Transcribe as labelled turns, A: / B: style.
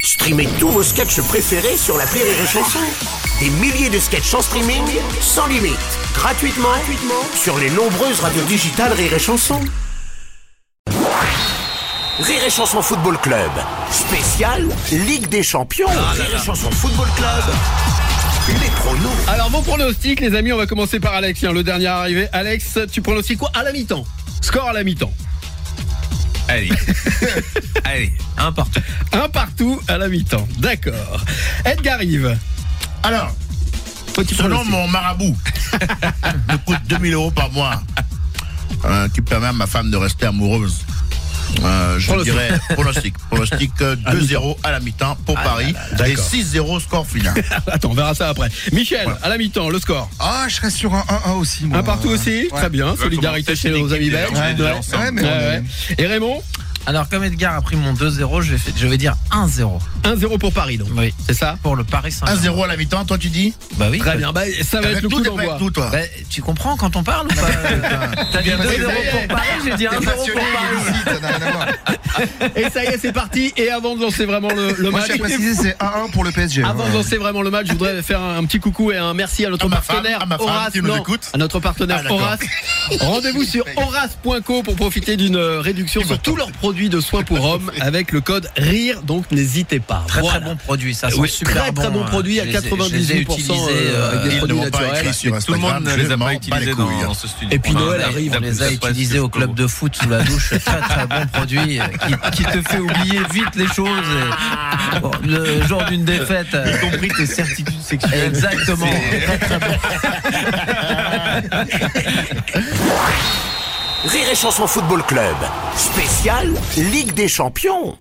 A: Streamez tous vos sketchs préférés sur la Rire et Chanson. Des milliers de sketchs en streaming, sans limite, gratuitement, gratuitement sur les nombreuses radios digitales Rire et Chanson. Rire et Chanson Football Club, spécial Ligue des Champions. Ah, Rire et Chanson Football Club, les pronos.
B: Alors vos pronostics les amis, on va commencer par Alex, tiens, le dernier arrivé. Alex, tu pronostiques quoi à la mi-temps Score à la mi-temps.
C: Allez. Allez, un partout.
B: Un partout à la mi-temps. D'accord. Edgar Yves,
D: Alors,
B: petit
D: selon
B: pronostic.
D: mon marabout, me coûte 2000 euros par mois, euh, qui permet à ma femme de rester amoureuse. Euh, je
B: Pronostic.
D: dirais pronostic. Pronostic euh, 2-0 à la mi-temps pour
C: Ah,
D: Paris et
B: d'accord.
D: 6-0 score final.
B: Attends, on verra ça après. Michel, à la mi-temps, le score.
E: Ah, je reste sur un 1-1 aussi. Moi.
B: Un partout aussi, très bien.
C: va
B: Solidarité
C: commencer
B: chez
C: chez
B: nos
C: l'équipe des
B: amis
C: Verts,
B: belges.
C: on est déjà
B: Ouais.
C: ensemble.
E: Ouais, mais
B: Ouais,
E: on est-
B: ouais. Et Raymond,
F: Alors comme Edgar a pris mon 2-0, je vais, fait- je vais dire 1-0.
B: 1-0 pour Paris donc.
F: Oui.
B: C'est ça
F: Pour le Paris Saint-Germain.
D: 1-0 à la mi-temps, toi tu dis
F: Bah oui.
B: Très bien, bah, ça va être
D: Avec
B: le coup
D: tout, t'es pas
B: d'envoi.
D: avec tout, toi.
F: Bah, tu comprends quand on parle ou pas euh, T'as dit 2-0
B: essayé.
F: pour Paris, j'ai dit 1-0
E: T'es
F: pour
E: passionné,
F: Paris.
E: mais ici, ça n'a rien à voir.
B: Et ça y est, c'est parti. Et avant de lancer vraiment le, le
E: Moi,
B: match.
E: j'ai précisé, c'est 1-1 pour le PSG.
B: Avant de
E: Ouais.
B: lancer vraiment le match, je voudrais faire un, un petit coucou et un merci à notre
D: À ma femme,
B: partenaire
D: à ma femme
B: Horace.
D: qui nous
B: non,
D: écoute.
B: à notre partenaire
D: Ah, d'accord.
B: Horace. Rendez-vous sur horace.co pour profiter d'une euh, réduction sur tous leurs produits de soins pour hommes avec le code RIRE. Donc n'hésitez pas.
F: Très
B: Voilà.
F: très bon produit, ça sent
B: Oui,
F: super
B: très, très bon
F: euh,
B: produit à
F: je les ai- je les
B: 98%,
F: ai utilisés,
B: euh, avec des
F: euh,
D: Ils
B: produits
D: ne m'ont pas
B: naturels.
D: écrit sur
C: Tout le
D: Instagram.
C: monde ne
D: je
C: les a
D: m'en
C: pas
D: bats
C: utilisés
D: les
C: dans,
D: couilles.
C: dans ce studio.
B: Et puis
C: On a-
B: Noël arrive,
F: on les a utilisés au club de foot sous la douche. Très très bon produit euh, qui, qui te fait oublier vite les choses. et- bon, le jour d'une défaite. euh,
C: compris tes certitudes sexuelles.
F: Exactement.
A: Rire et Chanson Football Club, spécial Ligue des Champions.